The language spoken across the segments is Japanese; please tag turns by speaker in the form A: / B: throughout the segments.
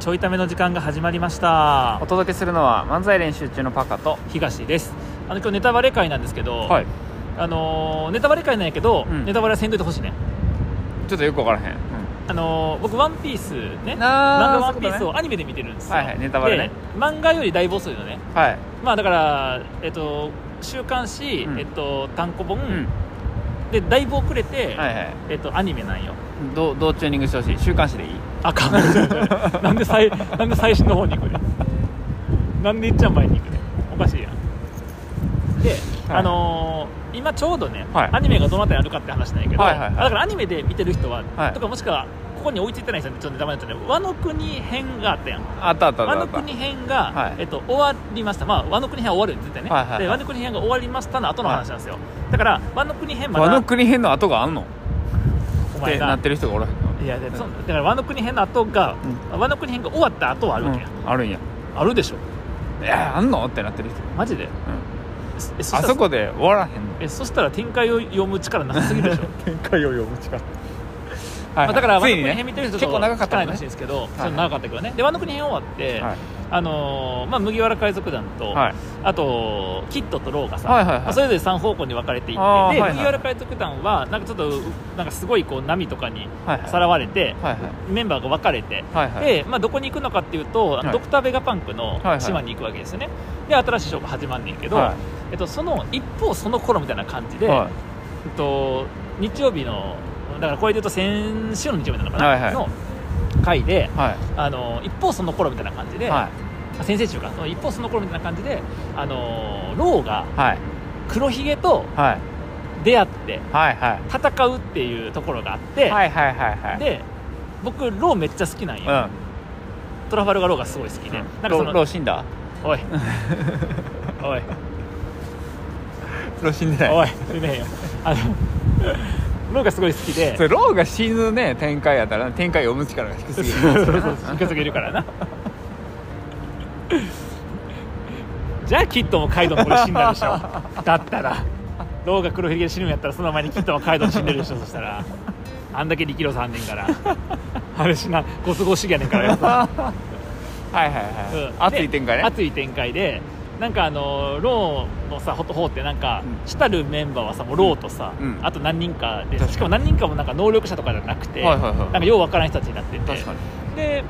A: ちょいための時間が始まりました
B: お届けするのは漫才練習中のパカと
A: 東ですあの今日ネタバレ会なんですけど、
B: い
A: あのーネタバレ会なんやけど、
B: うん
A: ネタバレはせんといてほしいね
B: ちょっとよくわからへん、
A: あのー僕「ワンピースね漫
B: あ
A: 画
B: ー
A: 「ワンピース
B: そういうこと
A: をアニメで見てるんですよ、
B: はいはいネタバレね
A: で漫画より大暴走よね
B: はい
A: まあだからえっと週刊誌、
B: うん
A: えっと単行本、
B: うん
A: でだいぶ遅れて、
B: はいはい
A: えっとアニメなんよ
B: どうどうチューニングしてほしい週刊誌でいい
A: あかんなんで最なんで最新の方に行くねんなんでいっちゃん前に行くねんおかしいやんで、
B: はい
A: あのー今ちょうどね、
B: はい
A: アニメがどの辺りあるかって話なんやけど、
B: はいはいはい
A: あだからアニメで見てる人は、
B: はい
A: とかもしくはここに追いついてない人にちょっとネタバレになっちゃうね和の国編があったやん
B: あったあった
A: 和
B: あ
A: の
B: ったあった
A: 国編が、
B: はい
A: えっと、終わりました、まあ、和の国編は終わるんです絶対ね、
B: はいはいはい
A: で和の国編が終わりましたの後の話なんですよ、だから和の国編まだ
B: 和の国編の後があんの
A: お
B: って
A: 前
B: な
A: が
B: ってる人がおらへんの
A: いやでそうだから和の国編の後が、和の国編が終わった後はあ
B: あ
A: るわけや、
B: あるんや
A: あるでしょ
B: いやあんのってなってる人、
A: マジで
B: うん
A: えそ
B: あ
A: したら
B: そこで終わらへんの
A: えそしたら展開を読む力なさすぎる でしょ、
B: 展開を読む力はい、
A: まあ、だから和
B: つ
A: の
B: いに
A: 国編
B: ね
A: 見てる人
B: 結構長かったも
A: ない
B: ん
A: かもしれない
B: ね
A: ですけど、
B: い
A: それ長かったけどねで和の国編終わって、
B: はい
A: あのーまあ、麦わら海賊団と、
B: はい
A: あとキッドとローがさ、
B: はいはいはい
A: まあそれぞれ3方向に分かれていってで、
B: あーはいはい
A: 麦わら海賊団はなんかちょっとなんかすごいこう波とかに
B: はいはい
A: さらわれて、
B: はい
A: メンバーが分かれて、
B: はいはい
A: で、まあ、どこに行くのかっていうと、あの
B: はい
A: ドクター・ベガパンクの
B: はいはい
A: 島に行くわけですよね、で新しいショーが始まんねんけど、
B: はい
A: えっと、その一方その頃みたいな感じで、
B: はい
A: えっと、日曜日のだからこれで言うと先週の日曜日なのかな、
B: はいはい
A: の回で
B: はい
A: あの一方その頃みたいな感じで、
B: は
A: あ先々週かその一方その頃みたいな感じであのローが
B: いはい
A: 黒ひげと
B: はい
A: 出会って
B: はいはい
A: 戦うっていうところがあって、
B: はいはいはいはい
A: で僕ローめっちゃ好きなんよ、トラファルガーローがすごい好き
B: うん
A: で、なんか
B: ロ
A: そ
B: ロー
A: の
B: 死んだ
A: お いおい
B: ロー死んでない
A: おい死ねえよあ のローがすごい好きで
B: それローが死ぬね展開やったら展開読む力が低すぎる
A: そうそうそう引き継げるからなじゃあキッドもカイドもこれ死んだでしょだったらローが黒ひげで死ぬんやったらその前にキッドもカイドも死んでるでしょそしたらあんだけ力量3年からあれしなご都合主義やねんからやっぱ、
B: はいはいはい、
A: うん
B: 熱い展開
A: で
B: ね
A: 熱い展開でなんかあのローのさほ方ってなんか、
B: うん
A: 主たるメンバーはさもうローとさ、
B: うん
A: あと何人かで
B: 確かに
A: しかも何人かもなんか能力者とかじゃなくて、
B: はいはいはい
A: なんかようわからん人たちになってて
B: 確かに
A: で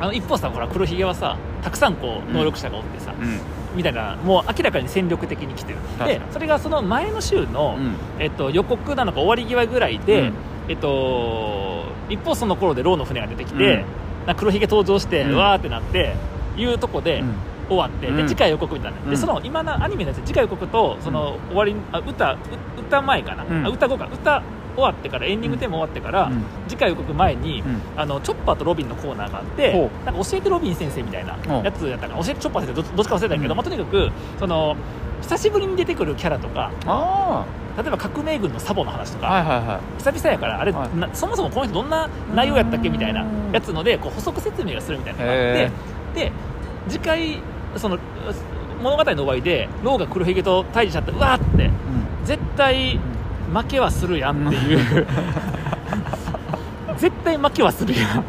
A: あの一方さほら黒ひげはさたくさんこう能力者がおってさ、
B: うん
A: みたいなもう明らかに戦力的に来てる
B: 確かに
A: でそれがその前の週の、
B: うん
A: えっと、予告なのか終わり際ぐらいで、
B: うん
A: えっと、一方その頃でローの船が出てきて、なんか黒ひげ登場して、
B: うん
A: わーってなっていうとこで、
B: うん
A: 終わって、
B: う
A: で
B: ん
A: 次回予告みたいな、
B: う
A: で
B: ん
A: その今のアニメのやつ次回予告とその終わりあ歌う歌前かな、
B: うん
A: あ歌後か歌終わってからエンディングテーマ終わってから、
B: うん
A: 次回予告前に、
B: うん
A: あのチョッパーとロビンのコーナーがあって
B: ほ
A: なんか教えてロビン先生みたいな
B: ほう
A: やつやったかな教えてチョッパー先生どどっちか忘れたけど、
B: うん
A: まあ、とにかくその久しぶりに出てくるキャラとか
B: あ
A: 例えば革命軍のサボの話と
B: あ
A: か、
B: はいはいはい
A: 久々やからあれ、
B: はい
A: なそもそもこの人どんな内容やったっけみたいな
B: うん
A: やつのでこう補足説明がするみたいなのがあって
B: へ
A: で次回その物語の終わりでローが黒ひげと対峙しちゃってうわーって絶対負けはするやんって いう絶対負けはするやん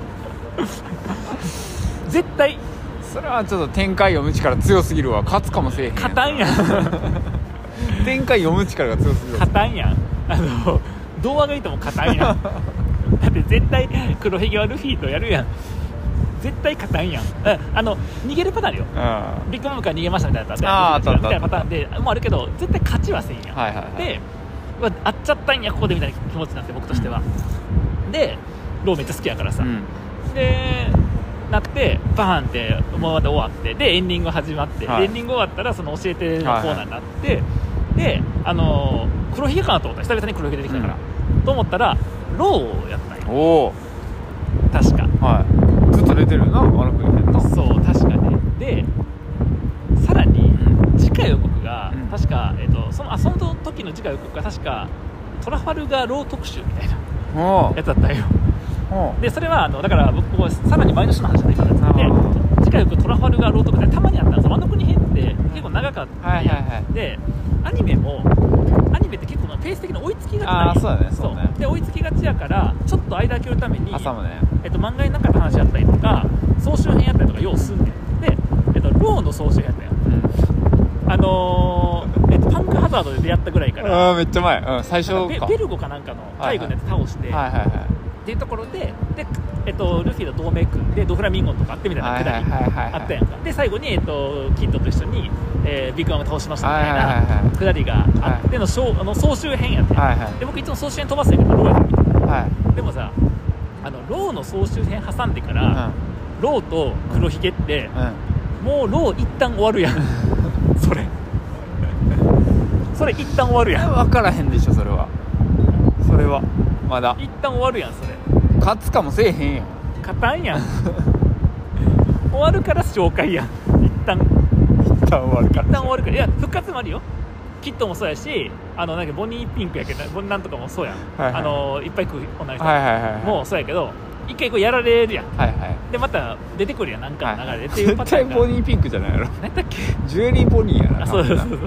A: 絶対
B: それはちょっと展開読む力強すぎるわ勝つかもしれへん
A: 勝たんやん
B: 展開読む力が強すぎるわ
A: 勝たんやんあの童話がいいとも勝たんや んだって絶対黒ひげはルフィとやるやん絶対勝たんやんああの逃げるパターンあるよ
B: うん
A: ビッグマムから逃げましたみたいな
B: あー
A: みたいなみ
B: あ
A: たい
B: ったあ
A: な
B: った
A: パターンでもうあるけど絶対勝ちはせんやん、
B: はいはいはい
A: でうわ会っちゃったんやここでみたいな気持ちなんで僕としては、でローめっちゃ好きやからさ、
B: うん
A: でなってバーンってもうまた終わってでエンディング始まって、
B: はい
A: エンディング終わったらその教えてのコーナーになって、であのー黒ひげかなと思った久々に黒ひげ出てきたから、と思ったらローをやったんよ
B: おお
A: 確か
B: はいずっと出てるよなあの国変な
A: そう確かねでさらに次回予告が、
B: うん
A: 確か、えっとそのあその時の次回予告が確かトラファルガーロー特集みたいな
B: うんお
A: やつだったんよ
B: おお
A: でそれはあのだから僕こうさらに前の週の話じゃないからで
B: あー
A: 次回よくトラファルガーローとかでたまにあったんですよワノ国編って結構長かったんや
B: はいはいはい
A: でアニメもアニメって結構まあペース的に追いつきがちなんよ
B: あーそうだねそうだね
A: で追いつきがちやからちょっと間空けるために
B: 朝もね
A: えっと、漫画になかった話やったりとか総集編やったりとかようすんねんで、えっと、ローの総集編やったよ
B: うん
A: あのーえっと、パンクハザードで出会ったぐらいから
B: あーめっちゃ前、うん、最初
A: なんかベ
B: か
A: ベルゴかなんかの海軍のやつ倒して、
B: はいはいはい
A: っていうところでで、えっと、ルフィと同盟組んでドフラミンゴとかあってみたいなくだり
B: はいはいはいはい
A: あったやんかで最後に、えっと、キッドと一緒に、えービッグマンを倒しましたみたい
B: はいはいはいは
A: ないくだりがあっての,、小あの総集編やってん、
B: はいはい
A: で僕いつも総集編飛ばすんやけどローやから見て
B: はい
A: でもさあのローの総集編挟んでから、ローと黒ひげって、
B: うんうん
A: もうロー一旦終わ るやんそれそれ一旦終わる
B: い
A: や
B: や
A: ん
B: 分からへんでしょそれはそれはまだ
A: 一旦終わるやんそれ
B: 勝つかもせえへんやん
A: 勝たんや ん終わるから紹介やん一旦
B: 一旦終わるか
A: 一旦終わるからいや復活もあるよキットもそうやしあのなんかボニーピンクやけどボニーなんとかもそうやん、
B: はいはい
A: あのいっぱい食う女の人、
B: はいはいはいはい
A: もうそうやけど一回こうやられるやん
B: はいはい
A: でまた出てくるやんなんかの流れで、っていうパ
B: 絶
A: ターン
B: 対
A: が
B: ボニーピンクじゃないやろ
A: 何だっけ
B: ジュエリーボニーやな
A: あそうそうそうそう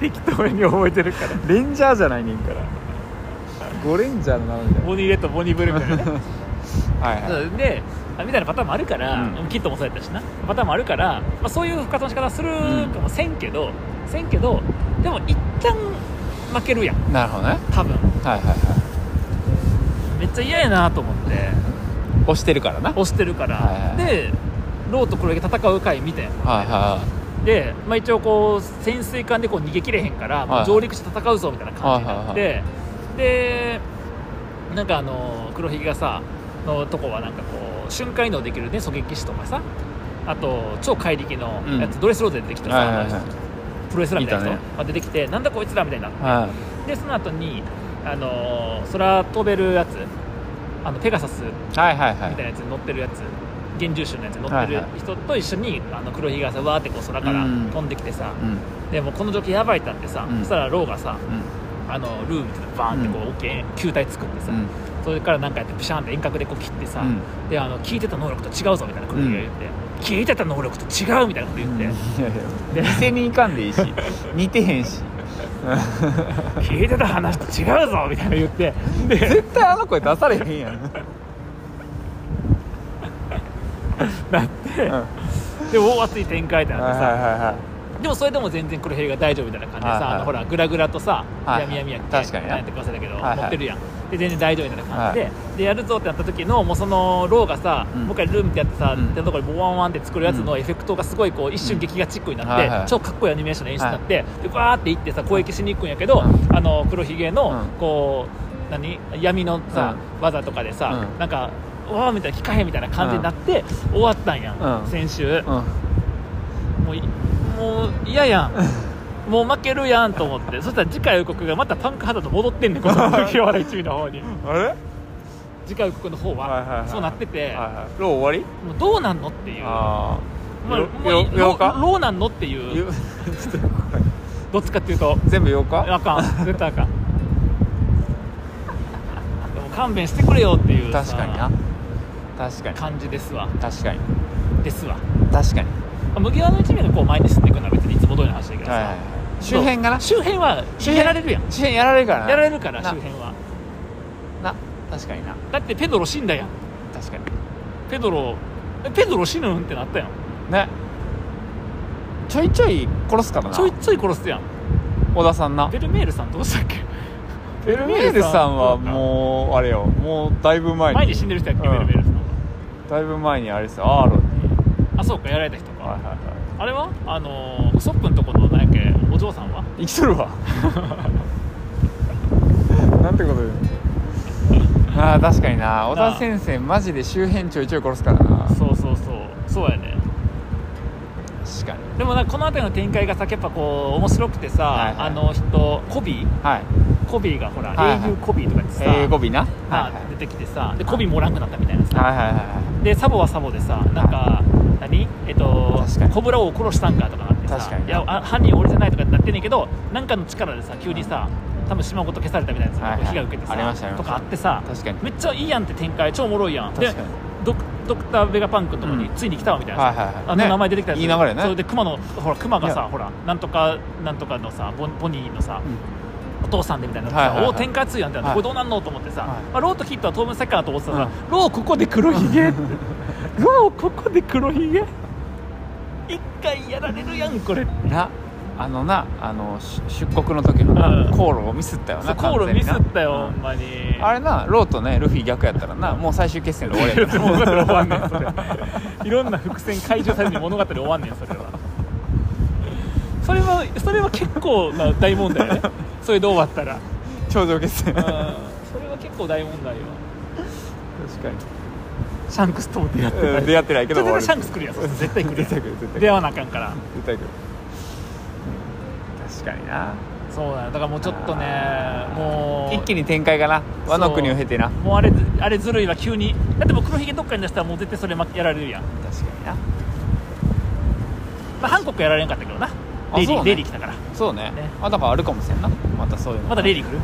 A: 適当に覚えてるから
B: レンジャーじゃないねんからゴレンジャーの名前みたい
A: ボニーレッドボニーブルーみたいなね
B: なはいはい
A: うんであみたいなパターンもあるから、
B: うん
A: キットもそうやったしなパターンもあるから、まあ、そういう復活の仕方するかもせんけど、せんけどでも一旦負けるやん
B: なるほどね
A: 多分
B: はいはいは
A: めっちゃ嫌やなと思って
B: い押してるからなはい
A: 押してるから、
B: はいはい
A: でローと黒毛戦う回見て
B: はいは
A: で、まあ、一応こう潜水艦でこう逃げきれへんから、もう
B: はい
A: 上陸して戦うぞみたいな感じになって、
B: は
A: でなんかあの黒ひげがさのとこはなんかこう瞬間移動できるね狙撃士とかさあと超怪力のやつ、
B: うん
A: ドレスローゼ出てきたさ、
B: はいはいはい
A: あのプロレスラーみたいな人
B: いたね
A: が出てきて、なんだこいつらみたいになっ
B: いは
A: てその後にあの空飛べるやつあのペガサス
B: いはいはいは
A: みたいな
B: い
A: やつに乗ってるやつ幻獣種のやつに乗ってる
B: はいは
A: 人と一緒にあの黒ひげがさわーってこう空から
B: うん
A: 飛んできてさ、
B: うん
A: でもうこの状況やばいってなってさ、
B: うん
A: そしたらローがさ
B: うん
A: あのルームでバーンってこう、
B: うん
A: 大きい球体作ってさ、
B: うん
A: それからなんかやってピシャンって遠隔でこう切ってさ、
B: う
A: であの聞いてた能力と違うぞみたいな黒ひげが言って、聞いてた能力と違うみたいなこと言って、
B: いやい
A: で
B: や店に行かん でいい し似てへんし
A: 聞いてた話と違うぞみたいな言 ってで
B: 絶対あの声出されへんやん、
A: なって、
B: うん
A: で大熱い展開ってなってさ、
B: は
A: でもそれでも全然黒ひげが大丈夫みたいな感じでさ、
B: はいはい
A: あのほらグラグラとさ、
B: はいはい
A: 闇闇やって
B: 確かにね
A: なんてかせだけど、
B: はいはい
A: 持ってるやんで全然大丈夫みたいな感じで、でやるぞってなった時のもうそのローがさ、
B: うん
A: もう一回ルームってやってさ、
B: うん
A: ってところにボワンワンって作るやつの
B: う
A: エフェクトがすごいこう一瞬劇画チックになって、
B: はいはい
A: 超かっこいいアニメーションの演出になって、でわーっていってさ攻撃しに行くんやけど、
B: う
A: あの黒ひげの
B: うん
A: こう何闇のさ、技とかでさ、
B: うん
A: なんかわーみたいな聞かへんみたいな感じになって、終わったんやん、
B: うん
A: 先週、
B: いはい
A: もういもう嫌や んもう負けるやんと思ってそしたら次回予告がまたパンクハザード戻ってんねんこの麦わら一味の方に
B: うんあれ
A: 次回予告の方
B: はいはいは
A: はいそうなってて
B: ロー終わ
A: もうどうなんのってい
B: り
A: う
B: あ
A: まあ
B: よ
A: もう
B: よ
A: い
B: よ
A: ロ
B: うか
A: ローなんのって
B: あ
A: いうどっちかっていうと
B: 全部8日
A: あかん絶対あかんでも勘弁してくれよっていうさ
B: 確かにな確かに
A: 感じですわ
B: 確かに
A: ですわ
B: 確かに
A: まあ麦わらの一味がこう前に進んでいくのは別にいつも通りの話だけどさ、
B: はいはい周辺がな
A: 周辺は
B: 周辺
A: やられるやん
B: 周辺やられるからな
A: やられるから
B: な
A: 周辺は
B: な確かにな
A: だってペドロ死んだやん
B: 確かに
A: ペドロえペドロ死ぬんってなったやん
B: ねちょいちょい殺すからな
A: ちょいちょい殺すやん
B: 小田さんな
A: ベルメールさんどうしたっけ
B: ベルメールさんはもうあれよもうだいぶ前に
A: 前に死んでる人やっけ、
B: うん
A: ベルメールさんは
B: だいぶ前にあれですよアーロンに
A: あそうかやられた人か、
B: はいはいはい
A: あれはあのーウソップのとこの何やっけお嬢さんは
B: 生きと るわなんてこと言うのああ確かにな小田先生マジで周辺ちょいちょい殺すからな
A: そうそうそうそうやね
B: 確かに
A: でもなんかこの辺りの展開がさやっぱこう面白くてさ、
B: はいはい
A: あの人コビー
B: はい
A: コビーがほら、
B: はいはい
A: 英雄コビーとか言ってさ、
B: 英語尾な
A: あ
B: はいはい
A: 出てきてさでコビーもおらんくなったみたいなさ、
B: はいはいは
A: でサボはサボでさなんか何えっと
B: 確かに
A: コブラ王を殺したんかとかなってさ
B: 確かに
A: いやあ犯人俺じゃないとかってなってんねんけどなんかの力でさ急にさ多分島ごと消されたみたいなやつ
B: はいはい
A: 被害受けてさ
B: ありましたありま
A: と
B: した
A: かあってさ
B: い確かに
A: めっちゃいいやんって展開超おもろいやんで
B: 確かに
A: どドクター・ベガパンクのとこに、
B: うん
A: ついに来たわみたいな、
B: はいはいはい
A: あの
B: ね
A: 名前出てきたやつ
B: いい流れね
A: それで熊のほら熊が
B: い
A: さ
B: や
A: ほらなんとかなんとかのさボボニーのさ、お父さんでみたいな、
B: はいはいはい
A: おお天下通やんってなって、
B: は
A: これ
B: い
A: どうなんのと思ってさ、
B: はい
A: まあ、ローとキッドは当分世界だと思ってたらさ、
B: う
A: ローここで黒ひ げってローここで黒ひげ一回やられるやんこれ
B: なあのなあのし出国の時の
A: う
B: なん航路をミスったよ
A: そ
B: な
A: う航路
B: 完全
A: ミス
B: にな
A: ったよ、
B: うん
A: ほんまに
B: あれなローとねルフィ逆やったらなもう最終決戦で終わ りやか
A: 物語終わんねんそれいろんな伏線解除されずに物語終わんねんそれはそれはそれは結構な大問題よねそれで終わったら、うん、
B: ら頂上決戦確か
A: それは結構大問題よ
B: に
A: シャンクスとも出会って
B: うん出会ってないけど
A: それでシャンク
B: る
A: ス来るやんそしたら絶対来るや
B: 絶対
A: ん
B: 来る絶対来
A: 出
B: る
A: 会わなあかんから
B: 絶対来る確かにな
A: そうだよだからもうちょっとねもう
B: 一気に展開がな
A: そう
B: 和の国を経てな
A: もうあれあれずるいわ急にだってもう黒ひげどっかに出したらもう絶対それまやられるやん、ま
B: 確かにな
A: あ、ハンコックやられなかったけどな
B: あ
A: レイリー、
B: そうね
A: レイリー来たから
B: そうね
A: ね
B: あだからあるかもしれんなまたそういうの
A: またレイ
B: リ
A: リー来る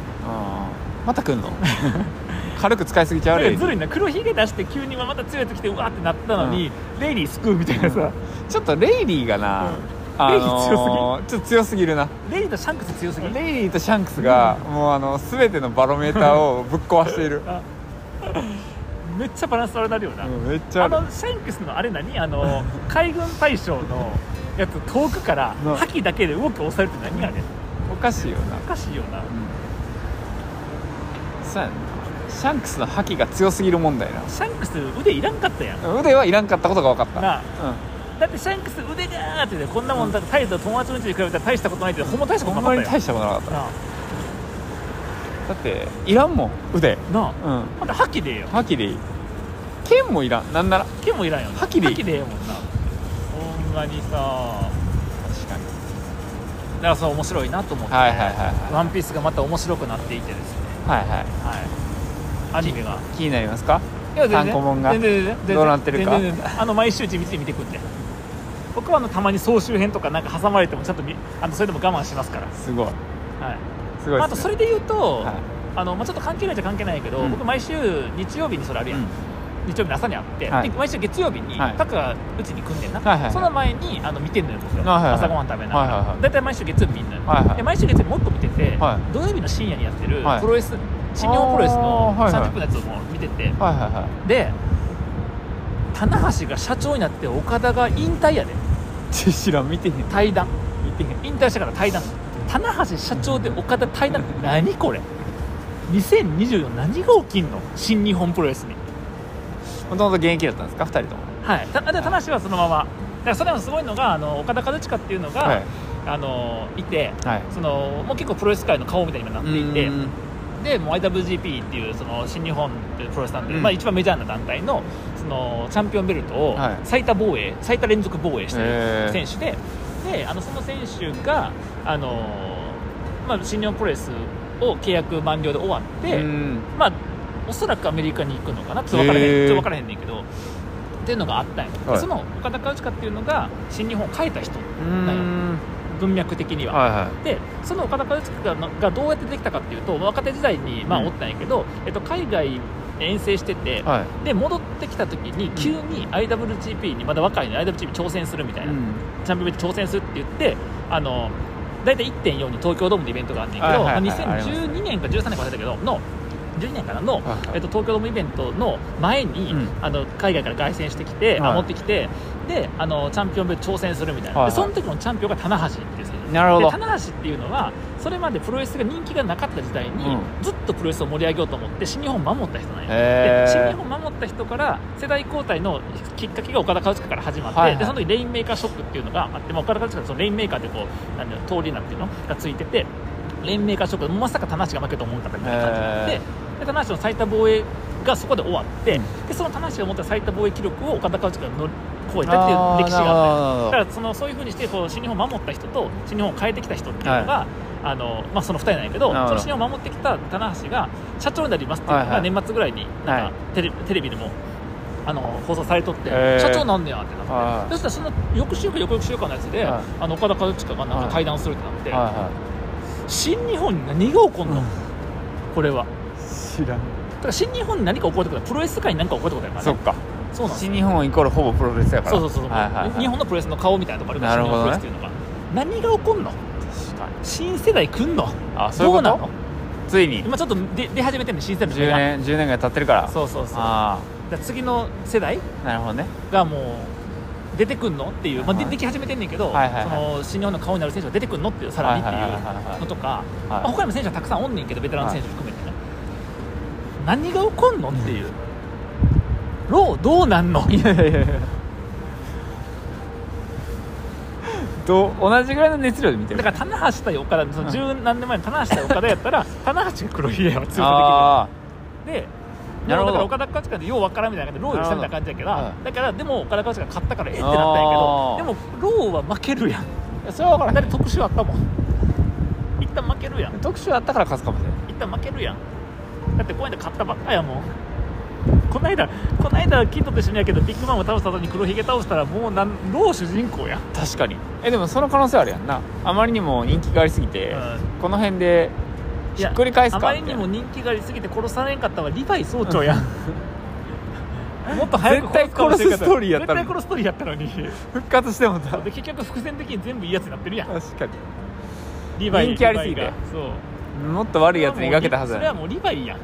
B: また来 んの軽く使いすぎちゃうレイリ
A: ずるいな黒ひげ出して急にまた強いやつ来てうわってなったのに、レイリー救うみたいなさ、
B: ちょっとレイリーがな、
A: うん
B: あ
A: レイリー強
B: のーちょっと強すぎるな
A: レイリーとシャンクス強すぎ、
B: レイリーとシャンクスがもうあの全てのバロメーターをぶっ壊している
A: あめっちゃバランス悪なるよな、
B: うん、めっちゃ
A: あ
B: ある
A: のシャンクスのあれ何あ の海軍大将のやつ遠くから
B: うん
A: 覇気だけで動きを押されるって何あれ
B: おかしいよな、
A: おかしいよな
B: うん、そうやなシャンクスの覇気が強すぎる問題な
A: シャンクス腕いらんかったやん
B: 腕はいらんかったことが分かった
A: なだってシャンクス腕がーってねこんなもんだからイと友達のうちに比べたら大したことないってほんま大した
B: うん、
A: こ
B: ほ
A: となか
B: んま
A: っ
B: に
A: たや
B: 大
A: ん
B: したことなかった
A: な
B: だっていらんもん腕
A: あなあ
B: うん
A: ほんで覇気でええよ
B: 覇気でいい剣もいらんなんなら
A: ケもいらんよな
B: 覇気でいい
A: 覇気でええもんなほんまにさ
B: 確かに
A: だからそう面白いなと思って、
B: はいはいはいは
A: ワンピースがまた面白くなっていてですね、
B: いはいは
A: はい、アニメが
B: い気になりますか
A: いや
B: 単行本が
A: 全然全然全然
B: どうなってるか
A: 全然全然あの毎週地見て見てくんで僕はあのたまに総集編とかなんか挟まれてもちゃんと見あのそれでも我慢しますから、
B: すごい
A: はい
B: すごいです、ね、
A: あとそれで言うと、
B: はい
A: あのまあ、ちょっと関係ないじゃ関係ないけど、
B: うん
A: 僕毎週日曜日にそれあるやん、
B: う
A: 日曜日の朝にあって、
B: はい
A: で毎週月曜日に、
B: はい
A: タカがうちに来んねんな、
B: はいはいはい
A: その前にあの見てんのよ僕
B: はいはいはい
A: 朝ごはん食べなが
B: はいはいは
A: ら
B: い
A: 大体、毎週月曜日見んのよ、
B: はいはい
A: で毎週月曜日もっと見てて、
B: はい
A: 土曜日の深夜にやってる
B: はい
A: プロレス、新日本プロレスの
B: あーはいはい
A: 30分のやつも見てて、
B: んはいはいはい
A: で棚橋が社長になって岡田が引退やで
B: ち知らん見てへん見
A: 対談
B: てへん
A: 引退したから対談棚橋社長で岡田対談何これ2024何が起きんの新日本プロレスに
B: もともと現役だったんですか2人とも
A: はいたで棚橋はそのままだからそれもすごいのがあの岡田和親っていうのが、
B: はい
A: あのいて
B: はい
A: そのもう結構プロレス界の顔みたいに今なっていて
B: うーん
A: でもう IWGP っていうその新日本っていうプロレスなんで、
B: うん
A: まあ、一番メジャーな団体のそのチャンピオンベルトを
B: はい
A: 最多防衛、最多連続防衛して
B: へ
A: る
B: ー
A: 選手でであのその選手が、あのーまあ、新日本プロレスを契約満了で終わって、
B: うーん
A: まあ、おそらくアメリカに行くのかなちょっと分からへん
B: へー
A: ちょっと分からへんねんけどっていうのがあったんよ、で
B: はい
A: その岡田和親っていうのが新日本を変えた人
B: うーん
A: 文脈的には。
B: はいは
A: でその岡田和親ががどうやってできたかっていうと若手時代にまあ
B: うん
A: おったんやけど、えっと、海外遠征してて、
B: いは
A: で戻ってきた時に急に IWGP にまだ若いのに IWGP 挑戦するみた
B: い
A: いうな、
B: ん
A: チャンピオンベルト挑戦するって言ってあの大体1.4に東京ドームでイベントがあんねんけど、
B: はいはいはい
A: まあ2012年か13年か忘れたけどの12年かなの、
B: はいはい
A: えっと、東京ドームイベントの前に、
B: うん
A: あの海外から凱旋してきて、あ
B: はい
A: 持ってきてであのチャンピオンベルト挑戦するみたいな、
B: はいはい
A: でその時のチャンピオンが棚橋っていう選手
B: なるほど
A: で棚橋っていうのはそれまでプロレスが人気がなかった時代に、
B: う
A: ずっとプロレスを盛り上げようと思って新日本を守った人なんや
B: へ
A: で
B: ー
A: 新日本を守った人から世代交代のきっかけが岡田和親から始まって、
B: はいはい
A: でその時レインメーカーショックっていうのがあって、まあ、岡田和親がそのレインメーカーでこうなんだろう通りなんていうのがついててレインメーカーショックまさか田無が負けると思うかったみたいな感じになっ
B: へ
A: てで田無の最多防衛がそこで終わって、でその田無が持った最多防衛記録を岡田和親が乗り超えたっていう歴史があったんですだから
B: あ
A: そのそういうふうにしてこう新日本を守った人と新日本を変えてきた人っていうのが、あのまあ、その2人なんやけど
B: なるほ
A: そ
B: ど
A: の新日本を守ってきた棚橋が社長になりますっていうの
B: は
A: が
B: いは
A: 年末ぐらいになん
B: は
A: か
B: い
A: テレ,、テレビでもあの放送されとって、
B: へー
A: 社長なんねやって
B: は
A: なって
B: い
A: そしたらその翌週か翌々週かのやつで、
B: はい
A: あの岡田和親がなんか対談するってなって、
B: なるほどはいは
A: 新日本に何が起こるの、
B: うん
A: これはい
B: 知ら
A: だ
B: ん
A: から新日本に何か起こるってことはプロレス界に何か起こるってことやから
B: そっ
A: ね
B: か
A: そうなんです
B: 新日本イコールほぼプロレスやから
A: そうそうそうそう、
B: はいはいはい
A: 日本のプロレスの顔みたいなとこあるから
B: なるほどね
A: 新日本プロレスっていうのが何が起こんの
B: 確かに
A: 新世代来んの
B: あそういうこと
A: どうなの
B: ついに
A: 今ちょっと出出始めてるの新世代の芽
B: 10
A: が
B: 年10年ぐらい経ってるから
A: そうそうそうだか
B: あ
A: ら次の世代
B: あなるほどね
A: がもう出てくんのっていう、まあ、
B: は
A: で
B: い
A: でき始めてんねんけど、
B: はいはい
A: そ
B: はい
A: の新日本の顔になる選手が出てくんのっていうさらにってい
B: はいはいはいは
A: う
B: い
A: のとか、ま
B: は
A: あ、
B: い
A: 他にも選手はたくさんおんねんけどベテランの選手含めてね、何が起こんのっていうローどうなんの
B: いやいやいやいや どう同じぐらいの熱量で見てる
A: だから棚橋対岡田その十何年前の棚橋対岡田やったら棚橋が黒ひげを強さ
B: あ
A: できるで
B: なるほど
A: もうだから岡田勝ちかでようわからんみたいな感じでローより下みたいな感じやけど
B: なるほどはい
A: だからでも岡田勝ちが勝ったからえってなったんや
B: あー
A: けどでもローは負けるやん
B: あそれは分
A: だ
B: か
A: っ
B: ら
A: て特集あったもん一旦負けるやん
B: ん特集あったから勝つかもしれない
A: 一旦負けるやんだってこの間勝ったばっかやもんこないだこないだキッドと一緒にやけどビッグマンを倒した後に黒ひげ倒したらもうなんロー主人公やん
B: 確かにえでもその可能性あるやんなあまりにも人気がありすぎて、
A: うん
B: この辺で
A: い
B: ひ
A: や
B: っくり返すか
A: あまり
B: みた
A: に
B: い
A: も
B: な
A: 人気がありすぎて殺されんかったはリヴァイ総長やん もっと早く
B: 絶対殺すストーリーやった
A: の
B: の
A: に絶対
B: に
A: 殺すストーリーやったのに
B: 復活してもた
A: で結局伏線的に全部いいやつになってるやん
B: 確か
A: リヴァイ
B: 人気ありすぎて
A: リヴァイがそう
B: にもっと悪いやつに描けたはず
A: そ
B: だ
A: れはもうリヴァイやん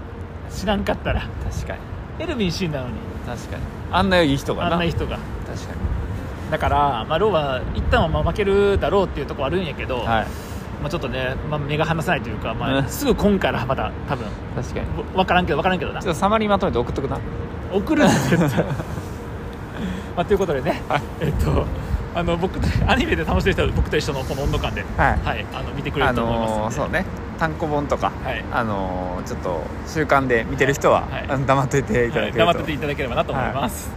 A: 知らんかったら
B: 確かに
A: エルヴィンシーンなのに
B: 確かにあんな良い人が
A: あ
B: なん
A: な人が
B: 確か
A: だから、まあ、ローは一旦はまあ負けるだろうっていうところはあるんやけど、
B: にはい
A: まあ、ちょっとね、まあ、目が離せないというか、ま
B: う
A: あ、
B: ん
A: すぐ今からまた多分
B: 確かに
A: 分からんけど分からんけどな
B: ちょっとサマリーまとめて送っとくな
A: 送るん ですよまあということでね、
B: はい
A: えっとあの僕とアニメで楽しんでる人は僕と一緒のこの温度感で、
B: はい
A: はい、あの見てくれ
B: あ
A: ると思い
B: のー
A: ます
B: そ
A: の
B: う
A: で、
B: ね単行本とか
A: はい
B: あのーちょっと習慣で見てる人は、
A: はい
B: あの黙ってていた
A: は
B: だ
A: い
B: けると、
A: 頑張ってていただければなと思います。